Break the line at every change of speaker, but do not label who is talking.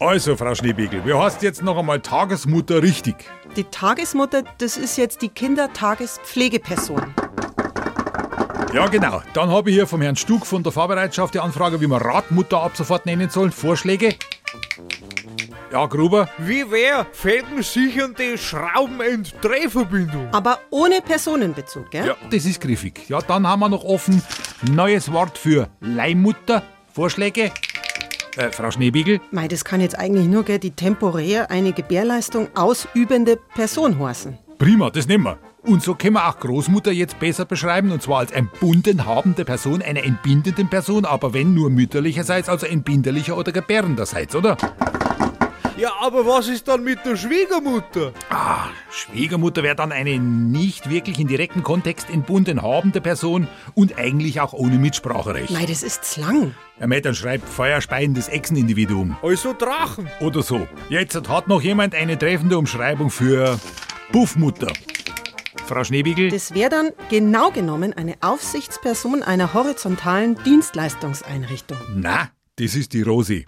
Also, Frau Schneebegel, wir hast jetzt noch einmal Tagesmutter richtig.
Die Tagesmutter, das ist jetzt die Kindertagespflegeperson.
Ja, genau. Dann habe ich hier vom Herrn Stug von der Fahrbereitschaft die Anfrage, wie wir Radmutter ab sofort nennen sollen. Vorschläge? Ja, Gruber?
Wie wär felgensichernde Schrauben- und Drehverbindung?
Aber ohne Personenbezug, gell?
Ja, das ist griffig. Ja, dann haben wir noch offen neues Wort für Leihmutter. Vorschläge? Äh, Frau Schneebiegel?
Mei, das kann jetzt eigentlich nur gell, die temporär eine Gebärleistung ausübende Person heißen.
Prima, das nehmen wir. Und so können wir auch Großmutter jetzt besser beschreiben, und zwar als entbunden habende Person, einer entbindenden Person, aber wenn nur mütterlicherseits, also entbinderlicher oder gebärenderseits, oder?
Ja, aber was ist dann mit der Schwiegermutter?
Ah, Schwiegermutter wäre dann eine nicht wirklich in direkten Kontext entbunden habende Person und eigentlich auch ohne Mitspracherecht.
Mei, das ist zu lang.
Er mit dann schreibt feuerspeiendes Echsenindividuum.
Also Drachen.
Oder so. Jetzt hat noch jemand eine treffende Umschreibung für Puffmutter. Frau Schneebigel?
Das wäre dann genau genommen eine Aufsichtsperson einer horizontalen Dienstleistungseinrichtung.
Na, das ist die Rosi.